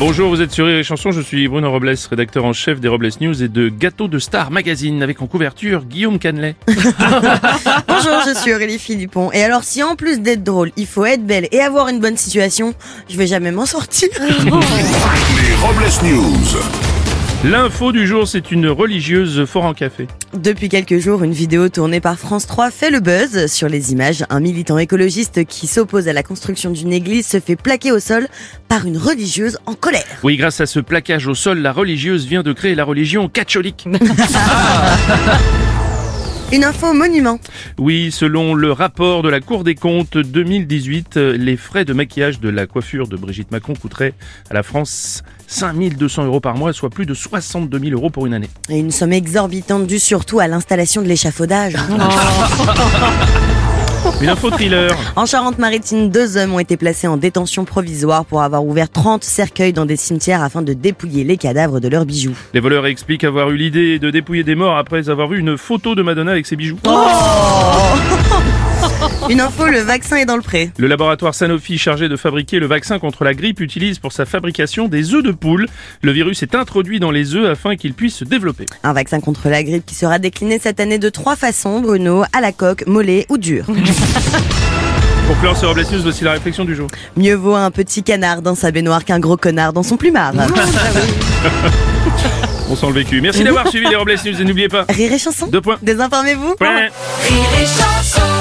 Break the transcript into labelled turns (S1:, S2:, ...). S1: Bonjour, vous êtes sur Rire et Chanson, je suis Bruno Robles, rédacteur en chef des Robles News et de Gâteau de Star Magazine, avec en couverture Guillaume Canelet.
S2: Bonjour, je suis Aurélie Philippon. Et alors, si en plus d'être drôle, il faut être belle et avoir une bonne situation, je vais jamais m'en sortir.
S3: Les Robles News.
S1: L'info du jour, c'est une religieuse fort en café.
S2: Depuis quelques jours, une vidéo tournée par France 3 fait le buzz. Sur les images, un militant écologiste qui s'oppose à la construction d'une église se fait plaquer au sol par une religieuse en colère.
S1: Oui, grâce à ce plaquage au sol, la religieuse vient de créer la religion catholique.
S2: Une info monument.
S1: Oui, selon le rapport de la Cour des comptes 2018, euh, les frais de maquillage de la coiffure de Brigitte Macron coûteraient à la France 5200 euros par mois, soit plus de 62 000 euros pour une année.
S2: Et une somme exorbitante due surtout à l'installation de l'échafaudage.
S1: Une info thriller.
S2: En Charente-Maritime, deux hommes ont été placés en détention provisoire pour avoir ouvert 30 cercueils dans des cimetières afin de dépouiller les cadavres de leurs bijoux.
S1: Les voleurs expliquent avoir eu l'idée de dépouiller des morts après avoir vu une photo de Madonna avec ses bijoux.
S2: Une info, le vaccin est dans le pré.
S1: Le laboratoire Sanofi chargé de fabriquer le vaccin contre la grippe utilise pour sa fabrication des œufs de poule. Le virus est introduit dans les œufs afin qu'ils puissent se développer.
S2: Un vaccin contre la grippe qui sera décliné cette année de trois façons, Bruno, à la coque, mollet ou dur.
S1: Pour clore ce Robles News, voici la réflexion du jour.
S2: Mieux vaut un petit canard dans sa baignoire qu'un gros connard dans son plumard.
S1: On sent le vécu. Merci d'avoir suivi les Robles News et n'oubliez pas.
S2: Rire et chanson
S1: Deux points.
S2: Désinformez-vous
S1: Point.
S4: Rire et chanson